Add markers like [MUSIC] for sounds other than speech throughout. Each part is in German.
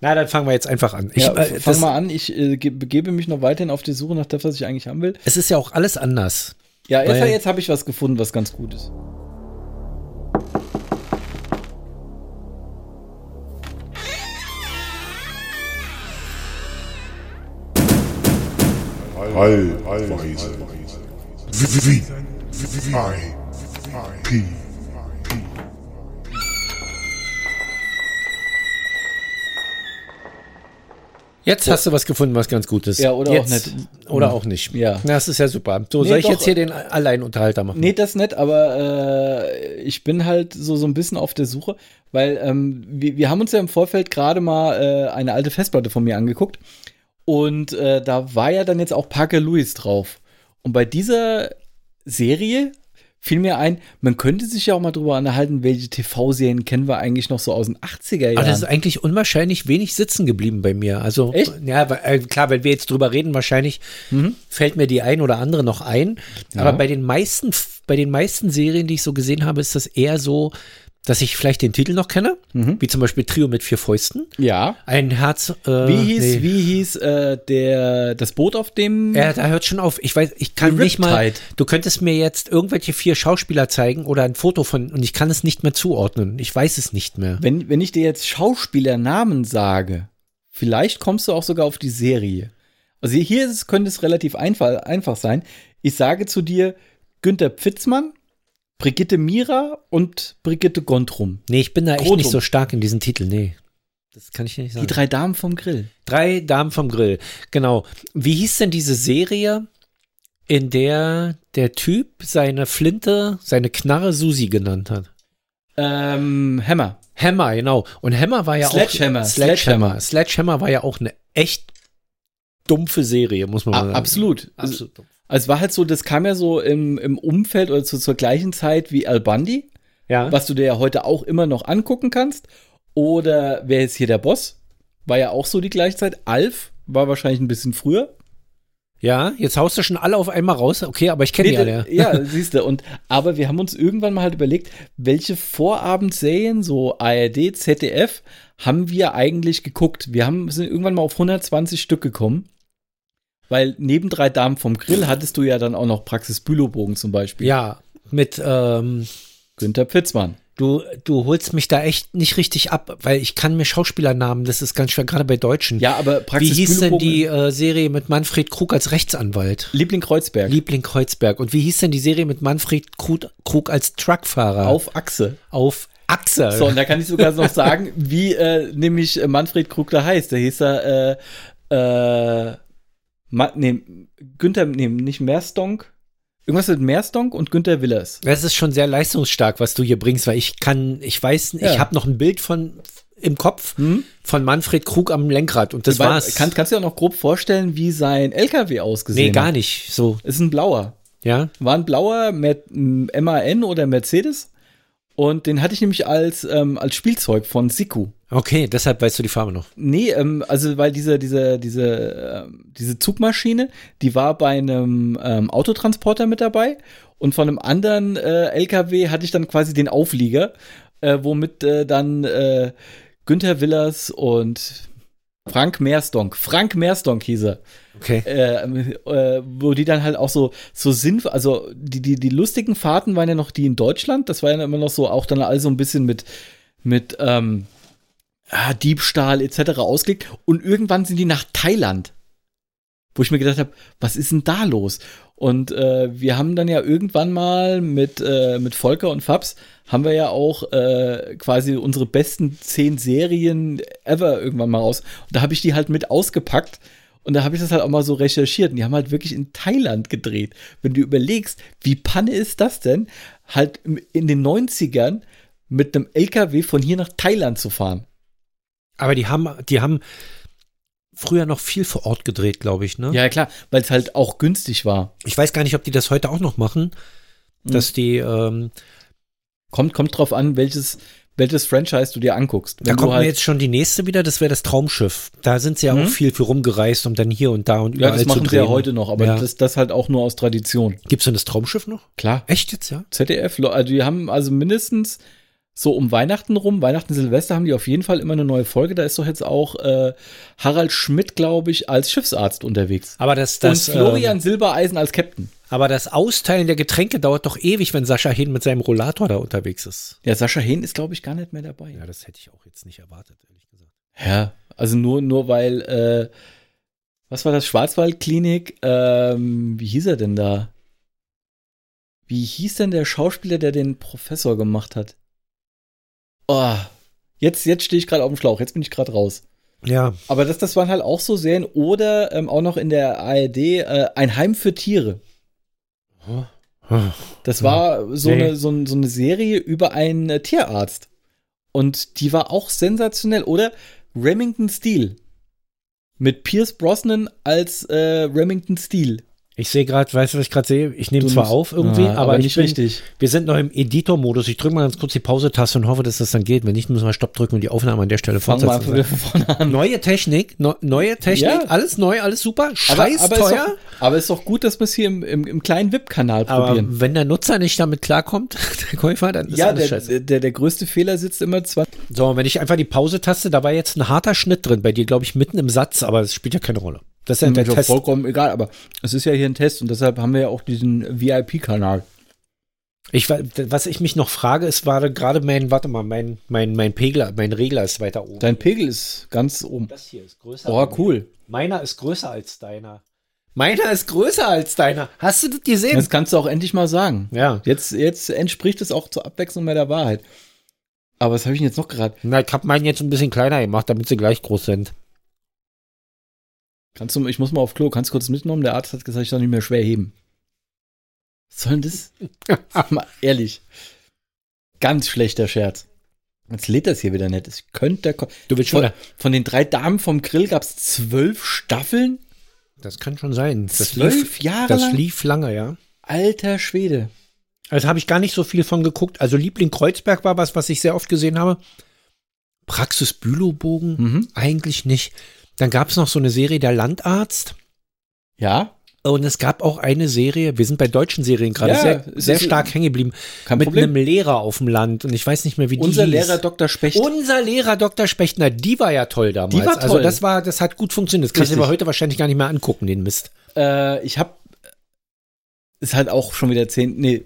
Na, dann fangen wir jetzt einfach an. Ich, ja, äh, fang das, mal an, ich äh, ge- begebe mich noch weiterhin auf die Suche nach dem, was ich eigentlich haben will. Es ist ja auch alles anders. Ja, jetzt, Weil- jetzt habe ich was gefunden, was ganz gut ist. Allweise. Wie? I. P. Jetzt hast du was gefunden, was ganz gut ist. Ja, oder auch jetzt, nicht. Oder auch nicht. Ja. Na, das ist ja super. So, Nee, soll ich doch. jetzt hier den Alleinunterhalter machen? Nee, das nicht, aber äh, ich bin halt so, so ein bisschen auf der Suche, weil ähm, wir, wir haben uns ja im Vorfeld gerade mal äh, eine alte Festplatte von mir angeguckt und äh, da war ja dann jetzt auch Parker Lewis drauf. Und bei dieser Serie fiel mir ein, man könnte sich ja auch mal drüber unterhalten, welche TV-Serien kennen wir eigentlich noch so aus den Aber 80er Ah, das Jahren. ist eigentlich unwahrscheinlich wenig sitzen geblieben bei mir. Also, Echt? Mhm. ja, weil, äh, klar, wenn wir jetzt drüber reden, wahrscheinlich fällt mir die ein oder andere noch ein. Aber bei den meisten, f- bei den meisten Serien, die ich so gesehen habe, ist das eher so, dass ich vielleicht den Titel noch kenne, Mhm. wie zum Beispiel Trio mit vier Fäusten. ja. Ein Herz. Äh, Wie hieß, nee. wie hieß äh, der, das Boot auf dem. Ja, da hört schon auf. Ich weiß, ich kann Die nicht mal. Riptide. Du könntest mir jetzt irgendwelche vier Schauspieler zeigen oder ein Foto von und ich kann es nicht mehr zuordnen. Ich weiß es nicht mehr. Wenn, wenn ich dir jetzt Schauspielernamen sage, vielleicht kommst du auch sogar auf die Serie. Also hier ist es, könnte es relativ einfach, einfach sein. Ich sage zu dir Günther Pfitzmann, Brigitte Mira und Brigitte Gontrum. Nee, ich bin da echt Grotum. nicht so stark in diesen Titel. Nee. Das kann ich dir nicht sagen. Die drei Damen vom Grill. Drei Damen vom Grill. Genau. Wie hieß denn diese Serie, in der der Typ seine Flinte, seine Knarre Susi genannt hat? Ähm, Hammer. Hammer, genau. Und Hammer war ja Sledgehammer, auch. Sledgehammer. Sledgehammer. Sledgehammer war ja auch eine echt dumpfe Serie, muss man mal A sagen. absolut. Also, Absolut. es war halt so, das kam ja so im, im Umfeld oder zu, zur gleichen Zeit wie Al Bundy. Ja. was du dir ja heute auch immer noch angucken kannst. Oder wer ist hier der Boss? War ja auch so die Gleichzeit. Alf war wahrscheinlich ein bisschen früher. ja, jetzt haust du schon alle auf einmal raus. Okay, aber ich kenne die Nee, alle. da- ja, [LAUGHS] siehst du. Und, aber wir haben uns irgendwann mal halt überlegt, welche Vorabendserien, so ARD, ZDF, haben wir eigentlich geguckt? Wir haben, sind irgendwann mal auf 120 Stück gekommen. Weil neben drei Damen vom Grill hattest du ja dann auch noch Praxis Bülowbogen zum Beispiel. Ja, mit, ähm, Günther Pfitzmann. du, du holst mich da echt nicht richtig ab, weil ich kann mir Schauspielernamen, das ist ganz schwer, gerade bei Deutschen. Ja, aber Praxis Wie hieß denn Bülowbogen- die äh, Serie mit Manfred Krug als Rechtsanwalt? Liebling Kreuzberg. Liebling Kreuzberg. Und wie hieß denn die Serie mit Manfred Krug, Krug als Truckfahrer? auf Achse. auf Achse. So, und da kann ich sogar noch sagen, wie äh, nämlich Manfred Krug da heißt. Der hieß da, äh, äh, Ma nee, Günther, nee, nicht Merstonk. Irgendwas mit Merstonk und Günther Willers. Das ist schon sehr leistungsstark, was du hier bringst, weil ich kann, ich weiß, Ja. ich habe noch ein Bild von im Kopf Hm? von Manfred Krug am Lenkrad und das Weil- war's. Kann, kannst du dir auch noch grob vorstellen, wie sein LKW ausgesehen nee, gar hat? nicht. So, Ist ein blauer. ja. War ein blauer Mer- m, MAN oder Mercedes. Und den hatte ich nämlich als, ähm, als Spielzeug von Siku. Okay, deshalb weißt du die Farbe noch. Nee, ähm, also weil diese, diese, diese, ähm, diese Zugmaschine, die war bei einem ähm, Autotransporter mit dabei und von einem anderen äh, LKW hatte ich dann quasi den Auflieger, äh, womit äh, dann äh, Günther Willers und Frank Merstonk, Frank Merstonk hieß er, Okay. äh, äh, wo die dann halt auch so, so sind, also die, die, die lustigen Fahrten waren ja noch die in Deutschland, das war ja immer noch so, auch dann all so ein bisschen mit, mit ähm, ah, Diebstahl etc. ausgelegt und irgendwann sind die nach Thailand. Wo ich mir gedacht habe, was ist denn da los? Und äh, wir haben dann ja irgendwann mal mit, äh, mit Volker und Fabs, haben wir ja auch äh, quasi unsere besten zehn Serien ever irgendwann mal raus. Und da habe ich die halt mit ausgepackt und da habe ich das halt auch mal so recherchiert. Und die haben halt wirklich in Thailand gedreht. Wenn du überlegst, wie Panne ist das denn, halt im- in den 90ern mit einem LKW von hier nach Thailand zu fahren? Aber die haben, die haben früher noch viel vor Ort gedreht, glaube ich. Ne? Ja, klar, weil es halt auch günstig war. Ich weiß gar nicht, ob die das heute auch noch machen, Hm. dass die. Ähm, Kommt, kommt drauf an, welches, welches Franchise du dir anguckst. da du kommt mir halt- jetzt schon die nächste wieder. Das wäre das Traumschiff. Da sind sie ja Mhm. auch viel für rumgereist, um dann hier und da und ja, überall das machen zu sie drehen. ja heute noch, aber Ja. das, das halt auch nur aus Tradition. Gibt's denn das Traumschiff noch? Klar. Echt jetzt ja? ZDF, lo- also die haben also mindestens So um Weihnachten rum, Weihnachten, Silvester haben die auf jeden Fall immer eine neue Folge. Da ist doch jetzt auch äh, Harald Schmidt, glaube ich, als Schiffsarzt unterwegs. Aber das, das, Und Florian ähm, Silbereisen als Captain. aber das Austeilen der Getränke dauert doch ewig, wenn Sascha Hin mit seinem Rollator da unterwegs ist. Ja, Sascha Hehn ist, glaube ich, gar nicht mehr dabei. Ja, das hätte ich auch jetzt nicht erwartet, ehrlich gesagt. Ja, also nur, nur weil, äh, was war das, Schwarzwaldklinik, ähm, wie hieß er denn da? Wie hieß denn der Schauspieler, der den Professor gemacht hat? Oh, jetzt, jetzt stehe ich gerade auf dem Schlauch, jetzt bin ich gerade raus. Ja, Aber das, das waren halt auch so Serien oder ähm, auch noch in der ARD äh, Ein Heim für Tiere. Das war so, Nee. eine, so, ein- so eine Serie über einen äh, Tierarzt. Und die war auch sensationell, oder? Remington Steele. Mit Pierce Brosnan als äh, Remington Steele. ich sehe gerade, weißt du, was ich gerade sehe? Ich nehme Du zwar musst- auf irgendwie, Ah, aber, ich bin, richtig. Wir sind noch im Editor-Modus. Ich drücke mal ganz kurz die Pause-Taste und hoffe, dass das dann geht. Wenn nicht, müssen wir Stopp drücken und die Aufnahme an der Stelle Fangen wir einfach wieder fortsetzen. von [LAUGHS] vorne an. Neue Technik, neu- neue Technik, Ja. alles neu, alles super, scheiß ist teuer. doch, aber ist doch gut, dass wir es hier im, im, im kleinen VIP-Kanal Aber probieren. wenn der Nutzer nicht damit klarkommt, [LAUGHS] der Käufer, dann ist Ja, alles der, scheiße. der, der größte Fehler sitzt immer 20. So, und wenn ich einfach die Pause-Taste, da war jetzt ein harter Schnitt drin, bei dir, glaube ich, mitten im Satz, aber es spielt ja keine Rolle. Das ist ja der Ist doch Test. vollkommen egal, aber es ist ja hier ein Test und deshalb haben wir ja auch diesen VIP-Kanal. Ich, wa- was ich mich noch frage, ist, war gerade mein, warte mal, mein, mein, mein Pegler, mein Regler ist weiter oben. Dein Pegel ist ganz oben. das hier ist größer. Oh, cool. Meiner ist größer als deiner. Meiner ist größer als deiner. Hast du das gesehen? Das kannst du auch endlich mal sagen. Ja. Jetzt, jetzt entspricht es auch zur Abwechslung mehr der Wahrheit. Aber was habe ich denn jetzt noch gerade? Na, ich habe meinen jetzt ein bisschen kleiner gemacht, damit sie gleich groß [LAUGHS] sind. Kannst du, ich muss mal auf Klo, kannst du kurz mitgenommen? Der Arzt hat gesagt, ich soll nicht mehr schwer heben. Was soll denn das? [LAUGHS] Sag mal ehrlich. Ganz schlechter Scherz. Jetzt lädt das hier wieder nicht. Ich könnte der Ko- Du willst von, von den drei Damen vom Grill gab es zwölf Staffeln? Das kann schon sein. Das lief, zwölf Jahre das lang? lief lange, ja. Alter Schwede. Also habe ich gar nicht so viel von geguckt. Also Liebling Kreuzberg war was, was ich sehr oft gesehen habe. Praxis Bülowbogen? Mhm. Eigentlich nicht. Dann gab es noch so eine Serie Der Landarzt. Ja, Und es gab auch eine Serie, wir sind bei deutschen Serien gerade Ja, sehr, es ist- sehr stark hängen geblieben, kein mit Problem. einem Lehrer auf dem Land. Und ich weiß nicht mehr, wie Unser die hieß. Lehrer Dr. Specht. Unser Lehrer Dr. Spechtner, die war ja toll damals. Die war Also toll. das war, das hat gut funktioniert. Das kannst du Richtig. aber heute wahrscheinlich gar nicht mehr angucken, den Mist. äh, ich habe ist halt auch schon wieder 10, nee,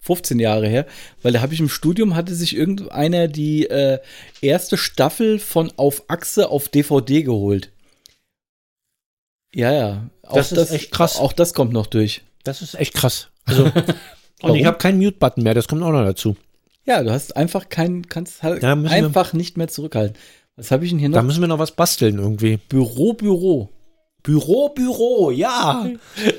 15 Jahre her, weil da habe ich im Studium hatte sich irgendeiner die äh, erste Staffel von Auf Achse auf DVD geholt. Ja, ja. Auch Das ist echt krass. Auch das kommt noch durch. Das ist echt krass. Also, [LAUGHS] und Warum? ich habe keinen Mute-Button mehr, das kommt auch noch dazu. Ja, du hast einfach keinen, kannst halt Da müssen wir- einfach nicht mehr zurückhalten. Was habe ich denn hier Da noch? müssen wir noch was basteln irgendwie. Büro, Büro. [LAUGHS] Büro, Büro, ja.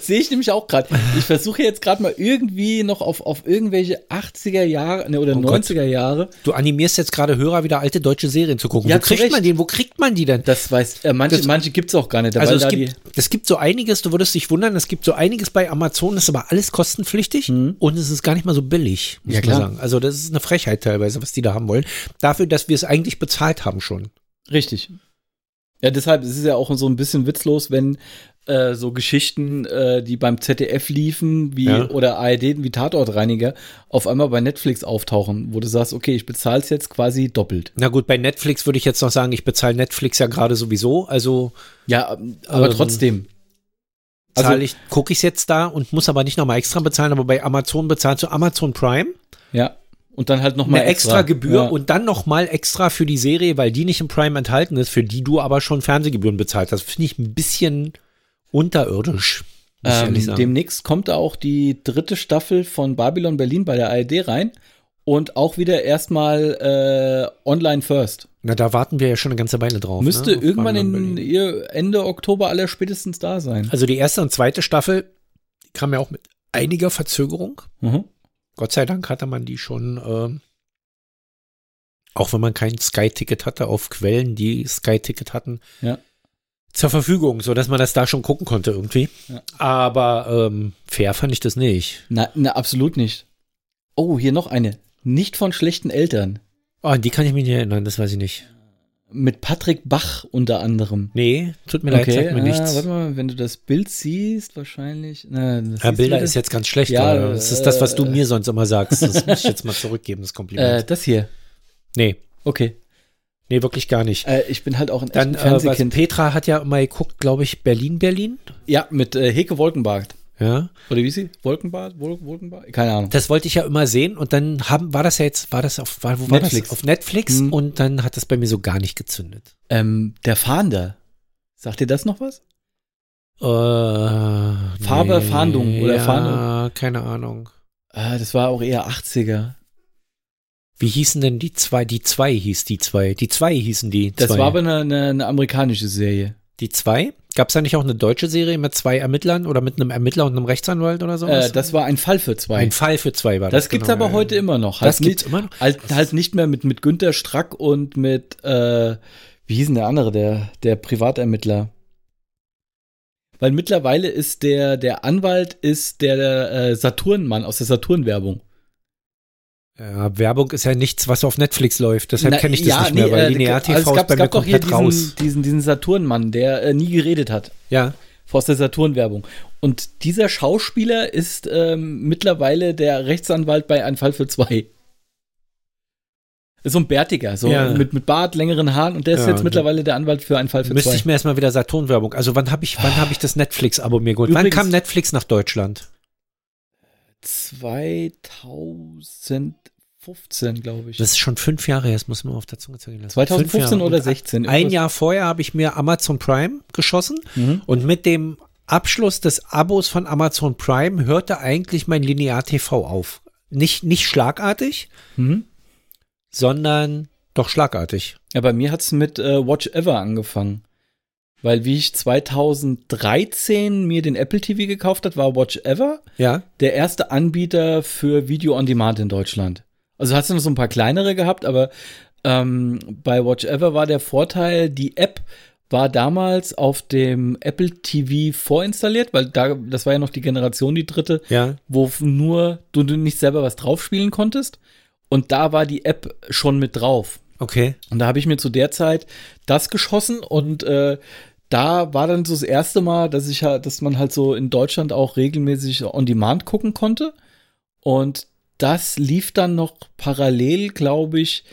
Sehe ich nämlich auch gerade. Ich versuche jetzt gerade mal irgendwie noch auf, auf irgendwelche 80er Jahre ne, oder Oh Gott. 90er Jahre. Du animierst jetzt gerade Hörer wieder alte deutsche Serien zu gucken. Ja, wo kriegt zu Recht. man den? Wo kriegt man die denn? Das weiß, äh, manche, Das- manche gibt es auch gar nicht. Also weil es da gibt, es gibt so einiges, du würdest dich wundern, es gibt so einiges bei Amazon, ist aber alles kostenpflichtig und es ist gar nicht mal so billig, muss Mhm. Ja, man klar. sagen. Also das ist eine Frechheit teilweise, was die da haben wollen. Dafür, dass wir es eigentlich bezahlt haben schon. die, richtig. Ja, deshalb ist es ja auch so ein bisschen witzlos, wenn äh, so Geschichten, äh, die beim ZDF liefen, wie Ja. oder ARD wie Tatortreiniger, auf einmal bei Netflix auftauchen, wo du sagst, okay, ich bezahle es jetzt quasi doppelt. Na gut, bei Netflix würde ich jetzt noch sagen, ich bezahle Netflix ja gerade sowieso, also Ja, ähm, aber Ähm, trotzdem. Also- zahle ich, gucke ich es jetzt da und muss aber nicht nochmal extra bezahlen, aber bei Amazon bezahlst du Amazon Prime Ja. Und dann halt nochmal eine extra, Gebühr ja. und dann nochmal extra für die Serie, weil die nicht im Prime enthalten ist, für die du aber schon Fernsehgebühren bezahlt hast. Finde ich ein bisschen unterirdisch. muss ich ehrlich Ähm, sagen. demnächst kommt auch die dritte Staffel von Babylon Berlin bei der ARD rein und auch wieder erstmal äh, online first. Na, da warten wir ja schon eine ganze Weile drauf. Müsste ne? Auf irgendwann Babylon in Berlin. ihr Ende Oktober aller spätestens da sein. Also die erste und zweite Staffel die kam ja auch mit einiger Verzögerung. Mhm. Gott sei Dank hatte man die schon, ähm, auch wenn man kein Sky-Ticket hatte, auf Quellen, die Sky-Ticket hatten, Ja. zur Verfügung, sodass man das da schon gucken konnte irgendwie. Ja. Aber ähm, fair fand ich das nicht. Na, na, absolut nicht. Oh, hier noch eine. Nicht von schlechten Eltern. Oh, an die kann ich mich nicht erinnern, das weiß ich nicht. Mit Patrick Bach unter anderem. Nee, tut mir leid, sagt mir ah, nichts. Warte mal, wenn du das Bild siehst, wahrscheinlich. Na, das Ja, siehst du Bilder wieder. ist jetzt ganz schlecht. Ja, Ja, das ist das, was du äh, [LAUGHS] mir sonst immer sagst. Das muss ich jetzt mal zurückgeben, das Kompliment. Äh, das hier. Nee, Okay. nee, wirklich gar nicht. Äh, ich bin halt auch ein Dann, echtes äh, was, Fernsehkind. Petra hat ja mal geguckt, glaube ich, Berlin, Berlin. ja, mit äh, Heke Wolkenbart. Ja. Oder wie ist sie? Wolkenbart? Wol Wolkenbart? Keine Ahnung. Das wollte ich ja immer sehen und dann haben, war das ja jetzt, war das auf, war, wo war Netflix. Das? auf Netflix Mhm. und dann hat das bei mir so gar nicht gezündet. Ähm, der Fahnder. Sagt dir das noch was? Äh, Farbe, Farbe, Fahndung oder ja, Fahndung? keine Ahnung. Ah, das war auch eher 80er. Wie hießen denn die zwei? Die zwei hieß die zwei. Die zwei hießen die Das zwei. war aber eine, eine, eine amerikanische Serie. die zwei? Gab es da nicht auch eine deutsche Serie mit zwei Ermittlern oder mit einem Ermittler und einem Rechtsanwalt oder so? Äh, das war ein Fall für zwei. ein Fall für zwei war das. das gibt's genau, aber ja. heute immer noch. Das Halt gibt's nicht- immer noch. Halt, halt nicht mehr mit, mit Günther Strack und mit, äh, wie hieß denn der andere, der, der Privatermittler? Weil mittlerweile ist der, der Anwalt ist der, äh, Saturnmann aus der Saturn-Werbung. Ja, Werbung ist ja nichts, was auf Netflix läuft. Deshalb Na, kenne ich das ja, nicht mehr, nee, weil äh, linear TV also es ist gab, bei es mir gab doch hier komplett diesen, raus. diesen, diesen Saturnmann, der äh, nie geredet hat. Ja, aus der Saturn-Werbung. Und dieser Schauspieler ist ähm, mittlerweile der Rechtsanwalt bei Ein Fall für zwei. Ist So ein Bärtiger, so Ja. mit, mit Bart, längeren Haaren und der ist Ja, jetzt ne. mittlerweile der Anwalt für Ein Fall für müsste zwei. ich mir erstmal wieder Saturn-Werbung. Also wann habe ich, wann habe ich das Netflix-Abo mir geholt? wann Übrigens- kam Netflix nach Deutschland? 2015, glaube ich. Das ist schon fünf Jahre her, das muss man auf der Zunge zergehen lassen. 2015 Fünf Jahre. oder Und 16. Ein irgendwas. Jahr vorher habe ich mir Amazon Prime geschossen Mhm. und mit dem Abschluss des Abos von Amazon Prime hörte eigentlich mein Linear TV auf. Nicht, nicht schlagartig, Mhm. sondern doch schlagartig. Ja, bei mir hat es mit äh, Watch Ever angefangen. Weil wie ich 2013 mir den Apple TV gekauft hat, war Watch Ever Ja. der erste Anbieter für Video on Demand in Deutschland. Also hast du noch so ein paar kleinere gehabt, aber ähm, bei Watch Ever war der Vorteil, die App war damals auf dem Apple TV vorinstalliert, weil da, das war ja noch die Generation, die dritte, Ja. wo f- nur du, du nicht selber was draufspielen konntest. Und da war die App schon mit drauf. Okay. Und da habe ich mir zu der Zeit das geschossen und äh, da war dann so das erste Mal, dass ich halt, dass man halt so in Deutschland auch regelmäßig on demand gucken konnte. Und das lief dann noch parallel, glaube ich,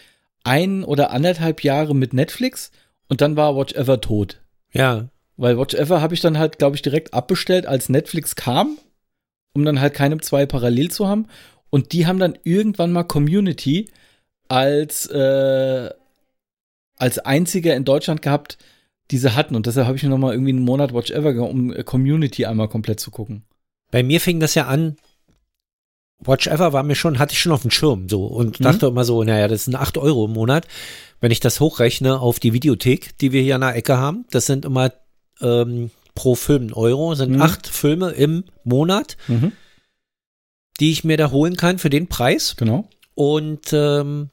ein oder anderthalb Jahre mit Netflix und dann war Watch Ever tot. Ja. Weil Watch Ever habe ich dann halt, glaube ich, direkt abbestellt, als Netflix kam, um dann halt keine zwei parallel zu haben. Und die haben dann irgendwann mal Community als, äh, als einziger in Deutschland gehabt, die sie hatten. Und deshalb habe ich mir nochmal irgendwie einen Monat Watch Ever gegangen, um äh, Community einmal komplett zu gucken. Bei mir fing das ja an. Watch Ever war mir schon, hatte ich schon auf dem Schirm so und Mhm. dachte immer so, naja, das sind 8 Euro im Monat. Wenn ich das hochrechne auf die Videothek, die wir hier an der Ecke haben, das sind immer ähm, pro Film ein Euro, sind Mhm. acht Filme im Monat, die ich mir da holen kann für den Preis. Genau. Und ähm,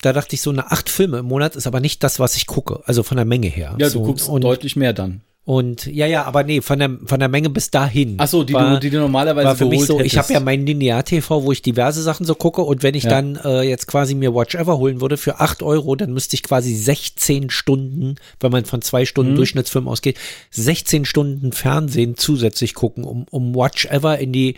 da dachte ich so, eine acht Filme im Monat ist aber nicht das, was ich gucke. Also von der Menge her. Ja, so, du guckst und, deutlich mehr dann. und ja, ja, aber nee, von der, von der Menge bis dahin. Ach so, die, war- du, die du normalerweise war für mich geholt so, ich habe ja hättest. mein Linear-TV, wo ich diverse Sachen so gucke und wenn ich Ja. dann äh, jetzt quasi mir Watch Ever holen würde für 8 Euro, dann müsste ich quasi 16 Stunden, wenn man von zwei Stunden Mhm. Durchschnittsfilm ausgeht, 16 Stunden Fernsehen zusätzlich gucken, um, um Watch Ever in die,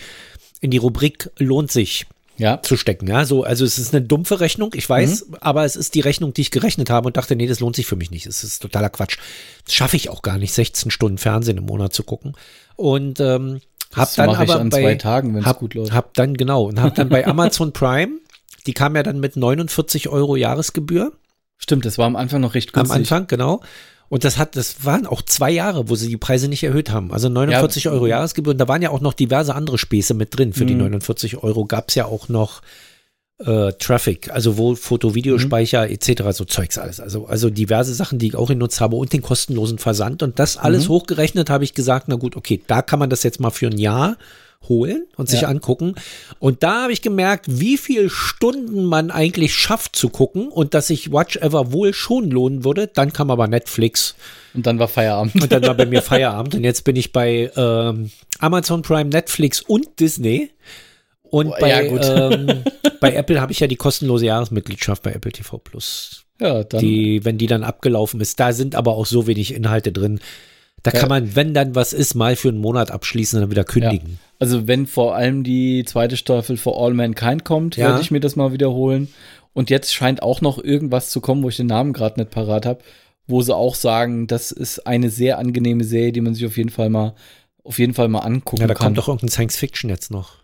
in die Rubrik lohnt sich ja. zu stecken. Ja, so, also es ist eine dumpfe Rechnung, ich weiß, Mhm. aber es ist die Rechnung, die ich gerechnet habe und dachte, nee, das lohnt sich für mich nicht. Das ist totaler Quatsch. Das schaffe ich auch gar nicht, 16 Stunden Fernsehen im Monat zu gucken. Und ähm, hab Das dann mache ich aber an bei, zwei Tagen, wenn's hab, gut läuft. Hab dann genau und hab dann [LAUGHS] bei Amazon Prime, die kam ja dann mit 49 Euro Jahresgebühr Stimmt, das war am Anfang noch recht am günstig. Anfang, genau. Und das hat, das waren auch zwei Jahre, wo sie die Preise nicht erhöht haben. Also 49 Ja. Mhm. Euro Jahresgebühr. Und da waren ja auch noch diverse andere Späße mit drin. Für die 49 Euro gab's ja auch noch äh, Traffic, also wo Foto, Videospeicher Mhm. etc. So Zeugs alles. Also, also diverse Sachen, die ich auch genutzt habe und den kostenlosen Versand. Und das alles Mhm. hochgerechnet habe ich gesagt, na gut, okay, da kann man das jetzt mal für ein Jahr holen und sich Ja. angucken. Und da habe ich gemerkt, wie viel Stunden man eigentlich schafft zu gucken und dass sich Watch Ever wohl schon lohnen würde. Dann kam aber Netflix Und dann war Feierabend. [LAUGHS] und dann war bei mir Feierabend und jetzt bin ich bei ähm, Amazon Prime, Netflix und Disney. Und Oh, bei, ja, gut. [LAUGHS] ähm, bei Apple habe ich ja die kostenlose Jahresmitgliedschaft bei Apple TV Plus. Ja, dann. Die, wenn die dann abgelaufen ist, da sind aber auch so wenig Inhalte drin, Da kann man, wenn dann was ist, mal für einen Monat abschließen und dann wieder Ja. kündigen. Also wenn vor allem die zweite Staffel For All Mankind kommt, Ja. werde ich mir das mal wiederholen. Und jetzt scheint auch noch irgendwas zu kommen, wo ich den Namen gerade nicht parat habe, wo sie auch sagen, das ist eine sehr angenehme Serie, die man sich auf jeden Fall mal auf jeden Fall mal angucken Ja, da kann. kommt doch irgendein Science Fiction jetzt noch.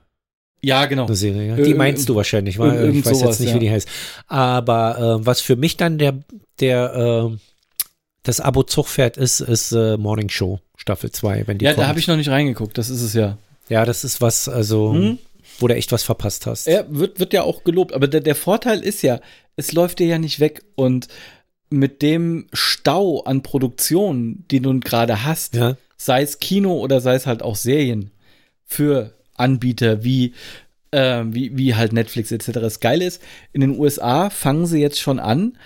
ja, genau. Eine Serie. Ja? Ir- Die meinst du wahrscheinlich, weil ich irgend weiß sowas, jetzt nicht, ja. wie die heißt. Aber äh, was für mich dann der, der äh, das Abo-Zugpferd ist, ist äh, Morning Show Staffel 2, wenn die Ja, kommt. da habe ich noch nicht reingeguckt, das ist es ja. ja, das ist was, also, Hm? wo du echt was verpasst hast. Er wird, wird ja auch gelobt, aber der, der Vorteil ist ja, es läuft dir ja nicht weg und mit dem Stau an Produktionen, die du nun gerade hast, Ja, sei es Kino oder sei es halt auch Serien für Anbieter wie, äh, wie, wie halt Netflix etc. Das Geile ist, in den USA fangen sie jetzt schon an,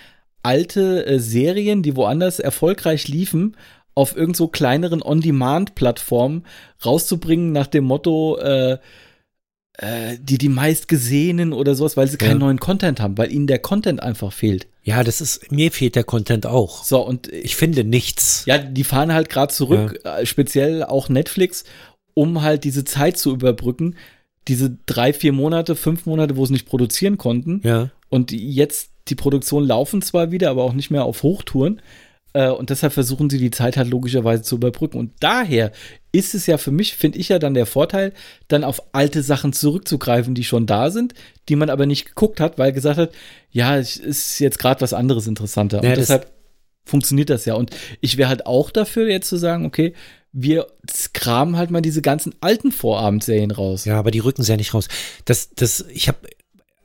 alte äh, Serien, die woanders erfolgreich liefen, auf irgend so kleineren On-Demand-Plattformen rauszubringen nach dem Motto, äh, äh, die die meistgesehenen oder sowas, weil sie keinen Ja. neuen Content haben, weil ihnen der Content einfach fehlt. ja, das ist, mir fehlt der Content auch. So, und äh, Ich finde nichts. ja, die fahren halt gerade zurück, äh, speziell auch Netflix, um halt diese Zeit zu überbrücken. Diese drei, vier Monate, fünf Monate, wo sie nicht produzieren konnten. Ja. Und jetzt, die Produktionen laufen zwar wieder, aber auch nicht mehr auf Hochtouren. Äh, Und deshalb versuchen sie die Zeit halt logischerweise zu überbrücken. Und daher ist es ja für mich, finde ich ja dann der Vorteil, dann auf alte Sachen zurückzugreifen, die schon da sind, die man aber nicht geguckt hat, weil gesagt hat, ja, es ist jetzt gerade was anderes interessanter. Ja, und das- deshalb funktioniert das ja. Und ich wäre halt auch dafür, jetzt zu sagen, okay, wir kramen halt mal diese ganzen alten Vorabendserien raus. Ja, aber die rücken sie ja nicht raus. Das, das, ich habe,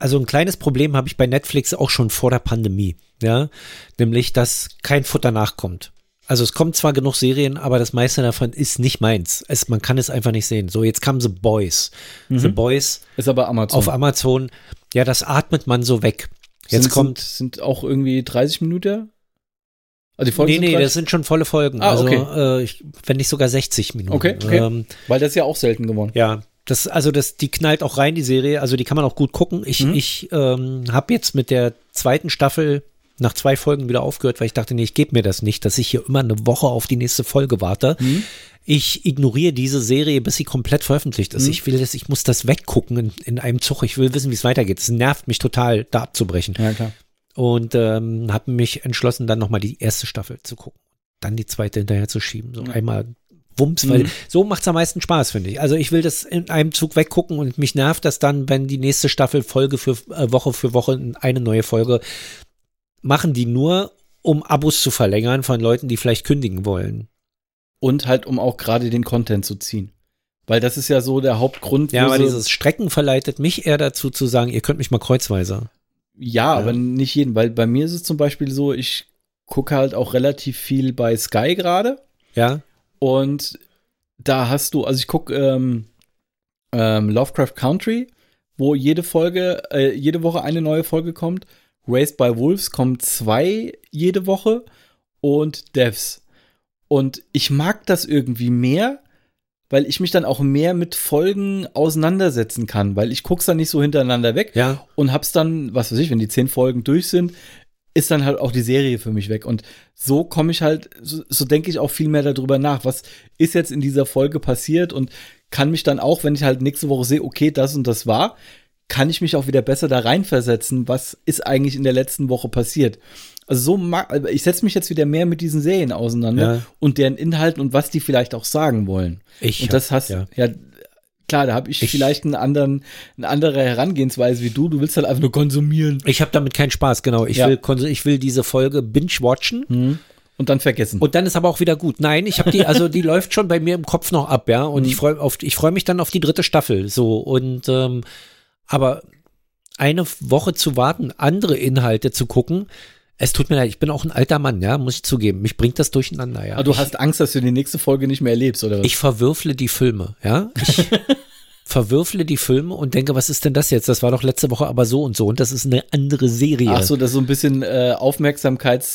also ein kleines Problem habe ich bei Netflix auch schon vor der Pandemie, ja, nämlich, dass kein Futter nachkommt. Also es kommt zwar genug Serien, aber das meiste davon ist nicht meins. Es, man kann es einfach nicht sehen. So, jetzt kam The Boys. The Boys Mhm. Ist aber Amazon. auf Amazon. Ja, das atmet man so weg. Jetzt sind, kommt. Sind, sind auch irgendwie 30 Minuten? Also die Folgen nee, sind nee, gleich? das sind schon volle Folgen. Ah, also, okay. äh, ich, wenn nicht sogar 60 Minuten. Okay, okay. Ähm, weil das ist ja auch selten geworden. Ja, das, also das, die knallt auch rein, die Serie. Also die kann man auch gut gucken. Ich, Mhm. ich ähm, habe jetzt mit der zweiten Staffel nach zwei Folgen wieder aufgehört, weil ich dachte, nee, ich gebe mir das nicht, dass ich hier immer eine Woche auf die nächste Folge warte. Ich ignoriere diese Serie, bis sie komplett veröffentlicht ist. Ich will das, ich muss das weggucken in, in einem Zug. Ich will wissen, wie es weitergeht. Es nervt mich total, da abzubrechen. Ja, klar. Und ähm, habe mich entschlossen, dann nochmal die erste Staffel zu gucken. Dann die zweite hinterher zu schieben. So einmal Wumms, weil Mhm. so macht's am meisten Spaß, finde ich. Also ich will das in einem Zug weggucken und mich nervt das dann, wenn die nächste Staffel Folge für äh, Woche für Woche eine neue Folge machen die nur, um Abos zu verlängern von Leuten, die vielleicht kündigen wollen. Und halt, um auch gerade den Content zu ziehen. Weil das ist ja so der Hauptgrund, Ja, wo aber sie- dieses Strecken verleitet mich eher dazu zu sagen, ihr könnt mich mal kreuzweise. ja, Ja. aber nicht jeden. Weil bei mir ist es zum Beispiel so, ich gucke halt auch relativ viel bei Sky gerade. Ja, Und da hast du, also ich gucke ähm, ähm, Lovecraft Country, wo jede Folge, äh, jede Woche eine neue Folge kommt. Raised by Wolves kommen zwei jede Woche und Devs. Und ich mag das irgendwie mehr, weil ich mich dann auch mehr mit Folgen auseinandersetzen kann, weil ich guck's dann nicht so hintereinander weg ja, und hab's dann, was weiß ich, wenn die zehn Folgen durch sind, ist dann halt auch die Serie für mich weg. Und so komme ich halt, so, so denke ich auch viel mehr darüber nach, was ist jetzt in dieser Folge passiert und kann mich dann auch, wenn ich halt nächste Woche sehe, okay, das und das war, kann ich mich auch wieder besser da reinversetzen, was ist eigentlich in der letzten Woche passiert. Also so mag, aber ich setze mich jetzt wieder mehr mit diesen Serien auseinander Ja. und deren Inhalten und was die vielleicht auch sagen wollen. ich. Und das hast ja. ja. klar, da habe ich, Ich- vielleicht einen anderen, eine andere Herangehensweise wie du. Du willst halt einfach nur konsumieren Ich habe damit keinen Spaß, genau. Ich, Ja. will, konsu- ich will diese Folge binge-watchen und dann vergessen. Und dann ist aber auch wieder gut. Nein, ich habe die, also [LAUGHS] die läuft schon bei mir im Kopf noch ab, ja. Und ich Mhm. freue auf, ich freue mich dann auf die dritte Staffel. So und ähm, aber eine Woche zu warten, andere Inhalte zu gucken, es tut mir leid, ich bin auch ein alter Mann, ja, muss ich zugeben. Mich bringt das durcheinander, ja. Aber Ah, du ich, hast Angst, dass du die nächste Folge nicht mehr erlebst, oder was? ich verwürfle die Filme, ja. Ich [LAUGHS] verwürfle die Filme und denke, was ist denn das jetzt? Das war doch letzte Woche aber so und so und das ist eine andere Serie. Ach so, das ist so ein bisschen äh,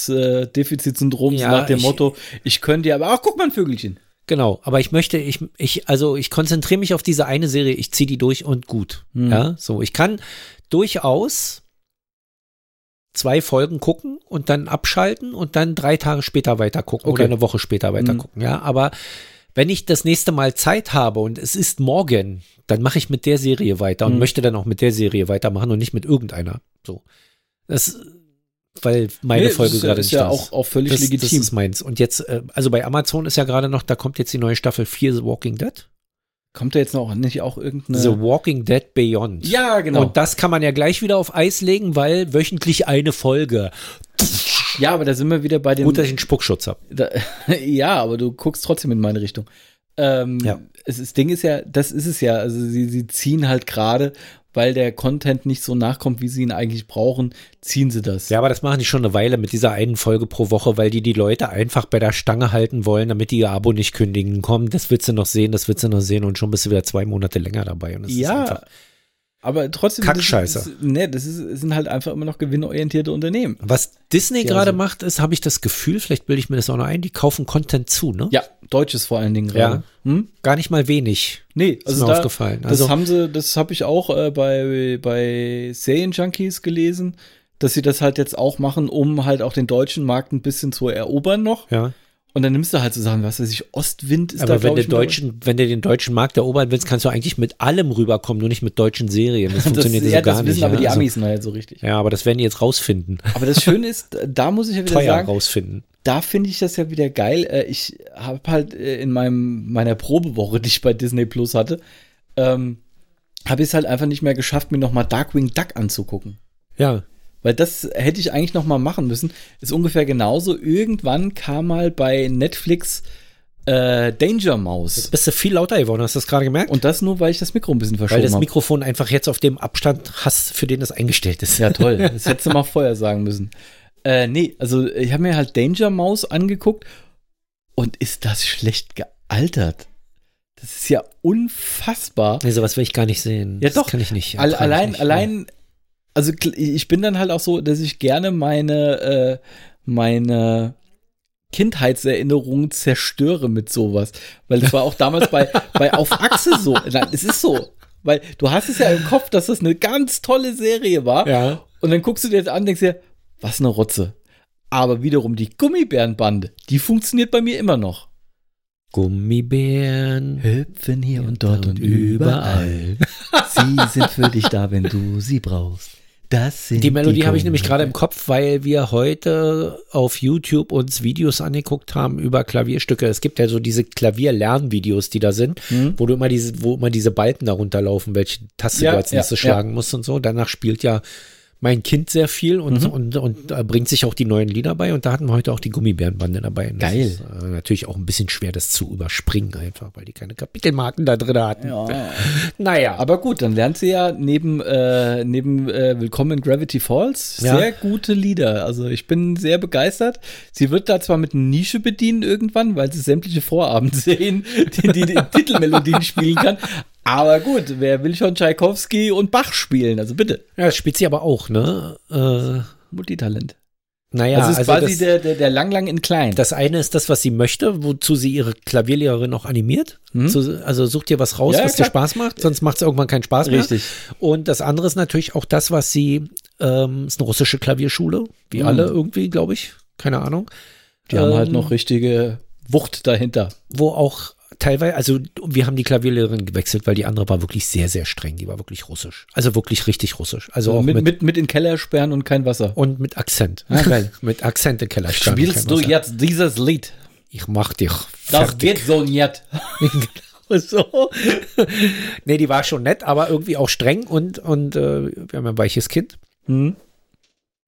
Aufmerksamkeitsdefizitsyndrom Ja, nach dem ich- Motto, ich könnte dir aber, ach, guck mal ein Vögelchen. Genau, aber ich möchte, ich, ich, also ich konzentriere mich auf diese eine Serie, ich Hm. Mhm. ziehe die durch und gut. Ja, so, ich kann durchaus zwei Folgen gucken und dann abschalten und dann drei Tage später weiter gucken oder Okay. Mhm. eine Woche später weiter gucken. Ja, aber wenn ich das nächste Mal Zeit habe und es ist morgen, dann mache ich mit der Serie weiter Mhm. und möchte dann auch mit der Serie weitermachen und nicht mit irgendeiner. So, das, weil meine Nee, Folge ist, ja- gerade ist nicht ja da ist. auch, auch völlig das, legitim. das ist meins. Und jetzt, äh, also bei Amazon ist ja gerade noch, da kommt jetzt die neue Staffel 4 The Walking Dead. Kommt da jetzt noch nicht auch irgendeine. The Walking Dead Beyond. ja, genau. Und das kann man ja gleich wieder auf Eis legen, weil wöchentlich eine Folge. ja, aber da sind wir wieder bei dem. Gut, dass ich einen Spuckschutz habe. Da, [LAUGHS] ja, aber du guckst trotzdem in meine Richtung. Ähm, Ja. es, das Ding ist ja, das ist es ja. Also sie, sie ziehen halt gerade, weil der Content nicht so nachkommt, wie sie ihn eigentlich brauchen, ziehen sie das. Ja, aber das machen die schon eine Weile mit dieser einen Folge pro Woche, weil die die Leute einfach bei der Stange halten wollen, damit die ihr Abo nicht kündigen. Komm, das willst du noch sehen, das willst du noch sehen und schon bist du wieder zwei Monate länger dabei. Und das Ja, ist einfach, aber trotzdem. Kackscheiße. Das, ist- das, ne, das ist, es sind halt einfach immer noch gewinnorientierte Unternehmen. was Disney Ja, gerade so. macht, ist, habe ich das Gefühl, vielleicht bilde ich mir das auch noch ein, die kaufen Content zu, ne? Ja, deutsches vor allen Dingen gerade. Hm? Gar nicht mal wenig. Nee, Ist also mir da, aufgefallen. Das Also- haben sie, das habe ich auch äh, bei bei Serienjunkies gelesen, dass sie das halt jetzt auch machen, um halt auch den deutschen Markt ein bisschen zu erobern noch. Ja. Und Und dann nimmst du halt so Sachen, was weiß ich, Ostwind ist da, aber wenn glaub du, ich, mit dabei. deutschen, wenn du den deutschen Markt erobern willst, kannst du eigentlich mit allem rüberkommen, nur nicht mit deutschen Serien. Das das, funktioniert ja, so gar das wissen nicht. aber ja? die Also- Amis noch nicht so [LAUGHS] richtig. Ja, aber das werden die jetzt rausfinden. Aber das Schöne ist, da muss ich ja wieder Teuer sagen, rausfinden. da finde ich das ja wieder geil. Äh, Ich habe halt äh, in meinem, meiner Probewoche, [LAUGHS] die ich bei Disney Plus hatte, ähm, habe ich es halt einfach nicht mehr geschafft, mir nochmal Darkwing Duck anzugucken. Ja. Weil das hätte ich eigentlich noch mal machen müssen. Ist ungefähr genauso. Irgendwann kam mal bei Netflix äh, Danger Mouse. Bist du viel lauter geworden, hast du das gerade gemerkt? Und das nur, weil ich das Mikro ein bisschen Weil verschoben das habe. Mikrofon einfach jetzt auf dem Abstand hast, für den es eingestellt ist. Ja, toll. Das hättest du mal vorher sagen müssen. Äh, nee, also ich habe mir halt Danger Mouse angeguckt und ist das schlecht gealtert? Das ist ja unfassbar. Nee, sowas will ich gar nicht sehen. Ja, doch. Das kann ich nicht. Alle- Ertrag ich allein, nicht. allein, also kl- ich bin dann halt auch so, dass ich gerne meine, äh, meine Kindheitserinnerungen zerstöre mit sowas. Weil das war auch damals [LAUGHS] bei, bei Auf Achse so. Nein, es ist so. Weil du hast es ja im Kopf, dass das eine ganz tolle Serie war. Ja. Und dann guckst du dir das an und denkst dir, was eine Rotze. Aber wiederum die Gummibärenbande, die funktioniert bei mir immer noch. Gummibären. Hüpfen hier und dort und überall. Sie sind für dich da, wenn du sie brauchst. Das sind Die Melodie habe ich nämlich gerade im Kopf, weil wir heute auf YouTube uns Videos angeguckt haben über Klavierstücke. Es gibt ja so diese Klavierlernvideos, die da sind, Hm? wo du immer diese, wo immer diese Balken darunter laufen, welche Taste Ja, du als ja, nächstes ja. schlagen musst und so. Danach spielt ja mein Kind sehr viel Mhm. und, und, und äh, bringt sich auch die neuen Lieder bei. Und da hatten wir heute auch die Gummibärenbande dabei. Und Geil. Das ist, äh, natürlich auch ein bisschen schwer, das zu überspringen einfach, weil die keine Kapitelmarken da drin hatten. Ja. [LAUGHS] Naja, Aber gut, dann lernt sie ja neben, äh, neben äh, Willkommen in Gravity Falls Ja. sehr gute Lieder. Also ich bin sehr begeistert. Sie wird da zwar mit Nische bedienen irgendwann, weil sie sämtliche [LAUGHS] Vorabendserien, die, die, die Titelmelodien spielen kann. Aber gut, wer will schon Tchaikovsky und Bach spielen? Also bitte, ja, das spielt sie aber auch, ne? Äh, Multitalent. naja, das ist also quasi das, der, der, der Lang Lang in Klein. Das eine ist das, was sie möchte, wozu sie ihre Klavierlehrerin auch animiert. Zu, also such dir was raus, Mhm. Ja, was klar. dir Spaß macht, [LAUGHS] sonst macht es irgendwann keinen Spaß mehr. Richtig. Und das andere ist natürlich auch das, was sie, ähm, ist eine russische Klavierschule, wie Mhm. alle irgendwie, glaube ich, keine Ahnung, Die haben Ähm, halt noch richtige Wucht dahinter. wo auch teilweise, also wir haben die Klavierlehrerin gewechselt, weil die andere war wirklich sehr, sehr streng, die war wirklich russisch. Also wirklich richtig russisch. Also auch mit, mit, mit, mit, in den Keller sperren und kein Wasser. und mit Akzent. Ah, geil. [LAUGHS] mit Akzent im Keller. Spielst du jetzt dieses Lied? Ich mach dich. Das fertig. geht so nicht. Genau [LAUGHS] so. nee, die war schon nett, aber irgendwie auch streng und, und äh, wir haben ein weiches Kind. Hm?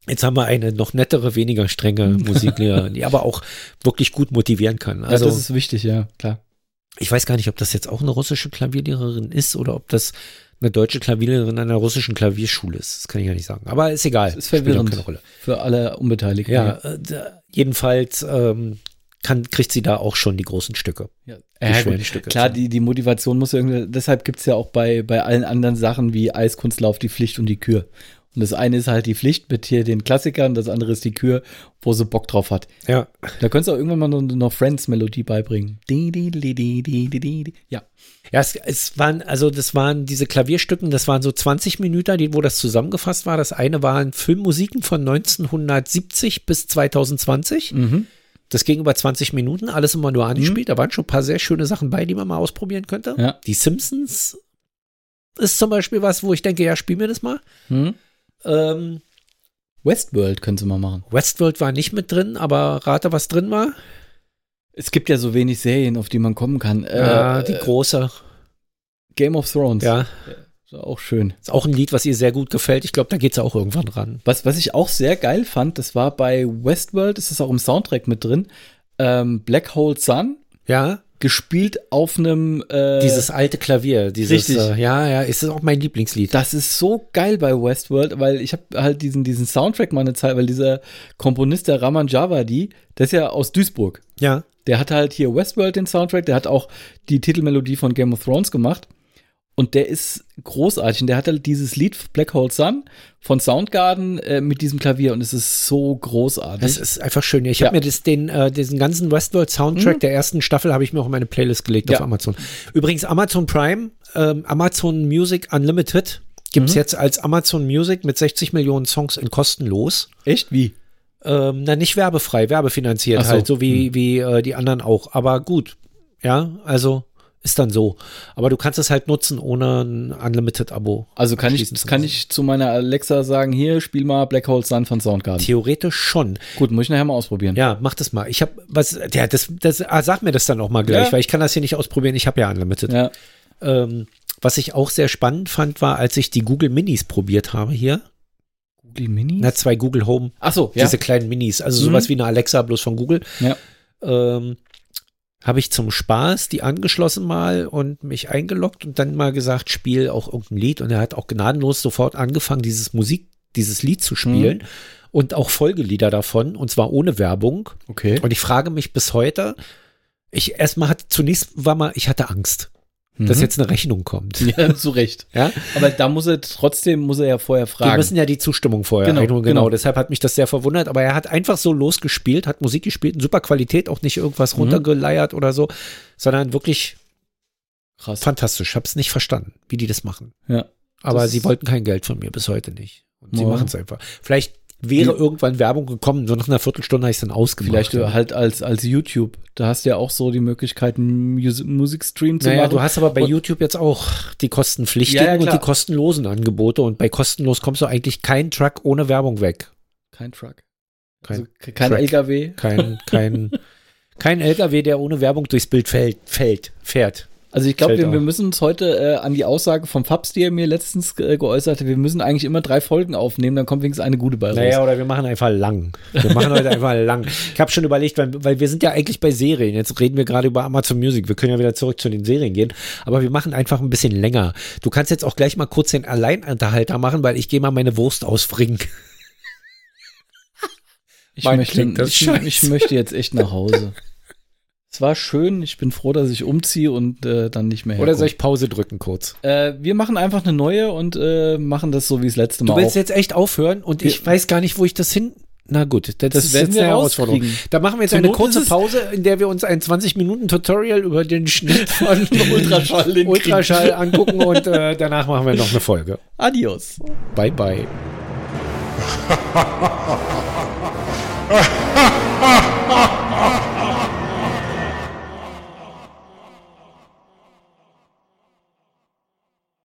Jetzt haben wir eine noch nettere, weniger strenge [LAUGHS] Musiklehrerin, die aber auch wirklich gut motivieren kann. Also Also, ja, das ist wichtig, ja, klar. ich weiß gar nicht, ob das jetzt auch eine russische Klavierlehrerin ist oder ob das eine deutsche Klavierlehrerin einer russischen Klavierschule ist. Das kann ich ja nicht sagen. Aber ist egal. Das ist Spielt auch verwirrend. keine Rolle. Für alle Unbeteiligten. Ja, äh, da- jedenfalls ähm, kann, kriegt sie da auch schon die großen Stücke. ja. Die ja schweren gut. Stücke. Klar, die, die Motivation muss ja irgendwie, deshalb gibt es ja auch bei, bei allen anderen Sachen wie Eiskunstlauf die Pflicht und die Kür. Und das eine ist halt die Pflicht mit hier den Klassikern, das andere ist die Kür, wo sie Bock drauf hat. Ja. Da könntest du auch irgendwann mal noch, noch Friends-Melodie beibringen. Di, di, di, di, di, di, di, di. Ja. Ja, es, es waren, also das waren diese Klavierstücken, das waren so 20 Minuten, die, wo das zusammengefasst war. Das eine waren Filmmusiken von 1970 bis 2020. Das ging über 20 Minuten, alles immer nur angespielt. Da waren schon ein paar sehr schöne Sachen bei, die man mal ausprobieren könnte. Ja. Die Simpsons ist zum Beispiel was, wo ich denke, ja, spiel mir das mal. Hm? Ähm, Westworld können sie mal machen. Westworld war nicht mit drin, aber rate, was drin war. Es gibt ja so wenig Serien, auf die man kommen kann. Äh, ja, die äh, große. Game of Thrones. Ja, Ist auch schön. ist auch ein Lied, was ihr sehr gut gefällt. Ich glaube, da geht's auch irgendwann ran. Was, was ich auch sehr geil fand, das war bei Westworld, ist das auch im Soundtrack mit drin. Ähm, Black Hole Sun, Ja, gespielt auf einem. Äh, Dieses alte Klavier, dieses, Richtig. äh, ja, ja, ist das auch mein Lieblingslied. Das ist so geil bei Westworld, weil ich habe halt diesen, diesen Soundtrack mal eine Zeit, weil dieser Komponist, der Raman Javadi, der ist ja aus Duisburg. ja. Der hat halt hier Westworld den Soundtrack, der hat auch die Titelmelodie von Game of Thrones gemacht. Und der ist großartig. Und der hat halt dieses Lied Black Hole Sun von Soundgarden äh, mit diesem Klavier. Und es ist so Das großartig. ist einfach schön. Ich Hm? Ja. Hm? habe mir das, den, äh, diesen ganzen Westworld-Soundtrack der ersten Staffel habe ich mir auch in meine Playlist gelegt Ja. auf Amazon. Übrigens, Amazon Prime, ähm, Amazon Music Unlimited gibt's Mhm. jetzt als Amazon Music mit 60 Millionen Songs in kostenlos. Echt? Wie? Ähm, na, nicht werbefrei, werbefinanziert Ach so. Hm. halt, so wie, wie äh, die anderen auch. Aber gut, ja, also ist dann so. Aber du kannst es halt nutzen ohne ein Unlimited-Abo. Also kann ich, Schließen zu kann müssen. ich zu meiner Alexa sagen, hier, spiel mal Black Hole Sun von Soundgarden. Theoretisch schon. Gut, muss ich nachher mal ausprobieren. Ja, mach das mal. Ich habe was, ja, das, das, ah, sag mir das dann auch mal gleich, Ja. weil ich kann das hier nicht ausprobieren. Ich habe ja Unlimited. ja. Ähm, was ich auch sehr spannend fand, war, als ich die Google Minis probiert habe hier. Google Mini? Na, zwei Google Home, Ach so, ja. diese kleinen Minis, also Mhm. sowas wie eine Alexa, bloß von Google. Ja. Ähm, habe ich zum Spaß die angeschlossen mal und mich eingeloggt und dann mal gesagt, spiel auch irgendein Lied. Und er hat auch gnadenlos sofort angefangen, dieses Musik, dieses Lied zu spielen. Mhm. Und auch Folgelieder davon, und zwar ohne Werbung. Okay. Und ich frage mich bis heute, ich erstmal hatte, zunächst war mal, ich hatte Angst, dass jetzt eine Rechnung kommt. Mhm. [LAUGHS] Ja, zu Recht. Ja? Aber da muss er trotzdem, muss er ja vorher Wir fragen. müssen ja die Zustimmung vorher Genau, einholen, genau. genau. Deshalb hat mich das sehr verwundert. Aber er hat einfach so losgespielt, hat Musik gespielt, in super Qualität, auch nicht irgendwas Mhm. runtergeleiert oder so, sondern wirklich Krass. fantastisch. Hab's nicht verstanden, wie die das machen. Ja. Aber Das- sie wollten kein Geld von mir, bis heute nicht. Und sie Ja. machen es einfach. Vielleicht wäre Die- irgendwann Werbung gekommen, so nach einer Viertelstunde habe ich es dann ausgemacht. Vielleicht halt als, als YouTube. Da hast du ja auch so die Möglichkeit, einen Mus Musikstream zu Naja, machen. du hast aber bei Und- YouTube jetzt auch die kostenpflichtigen Ja, ja, und klar. die kostenlosen Angebote und bei kostenlos kommst du eigentlich keinen Truck ohne Werbung weg. kein Truck. Kein also, ke- kein Track. LKW. [LAUGHS] Kein, kein, kein LKW, der ohne Werbung durchs Bild fällt, fällt fährt. Also ich glaube, Fällt wir, wir auf. müssen uns heute äh, an die Aussage vom Fabs, die er mir letztens äh, geäußert hat, wir müssen eigentlich immer drei Folgen aufnehmen, dann kommt wenigstens eine gute bei raus. Naja, oder wir machen einfach lang. Wir machen [LAUGHS] heute einfach lang. Ich habe schon überlegt, weil, weil wir sind ja eigentlich bei Serien. Jetzt reden wir gerade über Amazon Music. Wir können ja wieder zurück zu den Serien gehen. Aber wir machen einfach ein bisschen länger. Du kannst jetzt auch gleich mal kurz den Alleinunterhalter machen, weil ich gehe mal meine Wurst ausfringen. ich, Mann, möchte, klingt das ich, scheiße. ich möchte jetzt echt nach Hause. es war schön, ich bin froh, dass ich umziehe und äh, dann nicht mehr Oder soll herkomme. ich Pause drücken kurz? Äh, wir machen einfach eine neue und äh, machen das so wie das letzte Mal. Du willst auch. jetzt echt aufhören und ich weiß gar nicht, wo ich das hin. Na gut, das, Das ist werden jetzt wir eine Herausforderung. rauskriegen. Da machen wir jetzt Zur eine Not kurze ist es- Pause, in der wir uns ein 20-Minuten-Tutorial über den Schnitt von [LAUGHS] Ultraschall hinkriegen. Ultraschall angucken und äh, danach machen wir noch eine Folge. Adios. Bye, bye.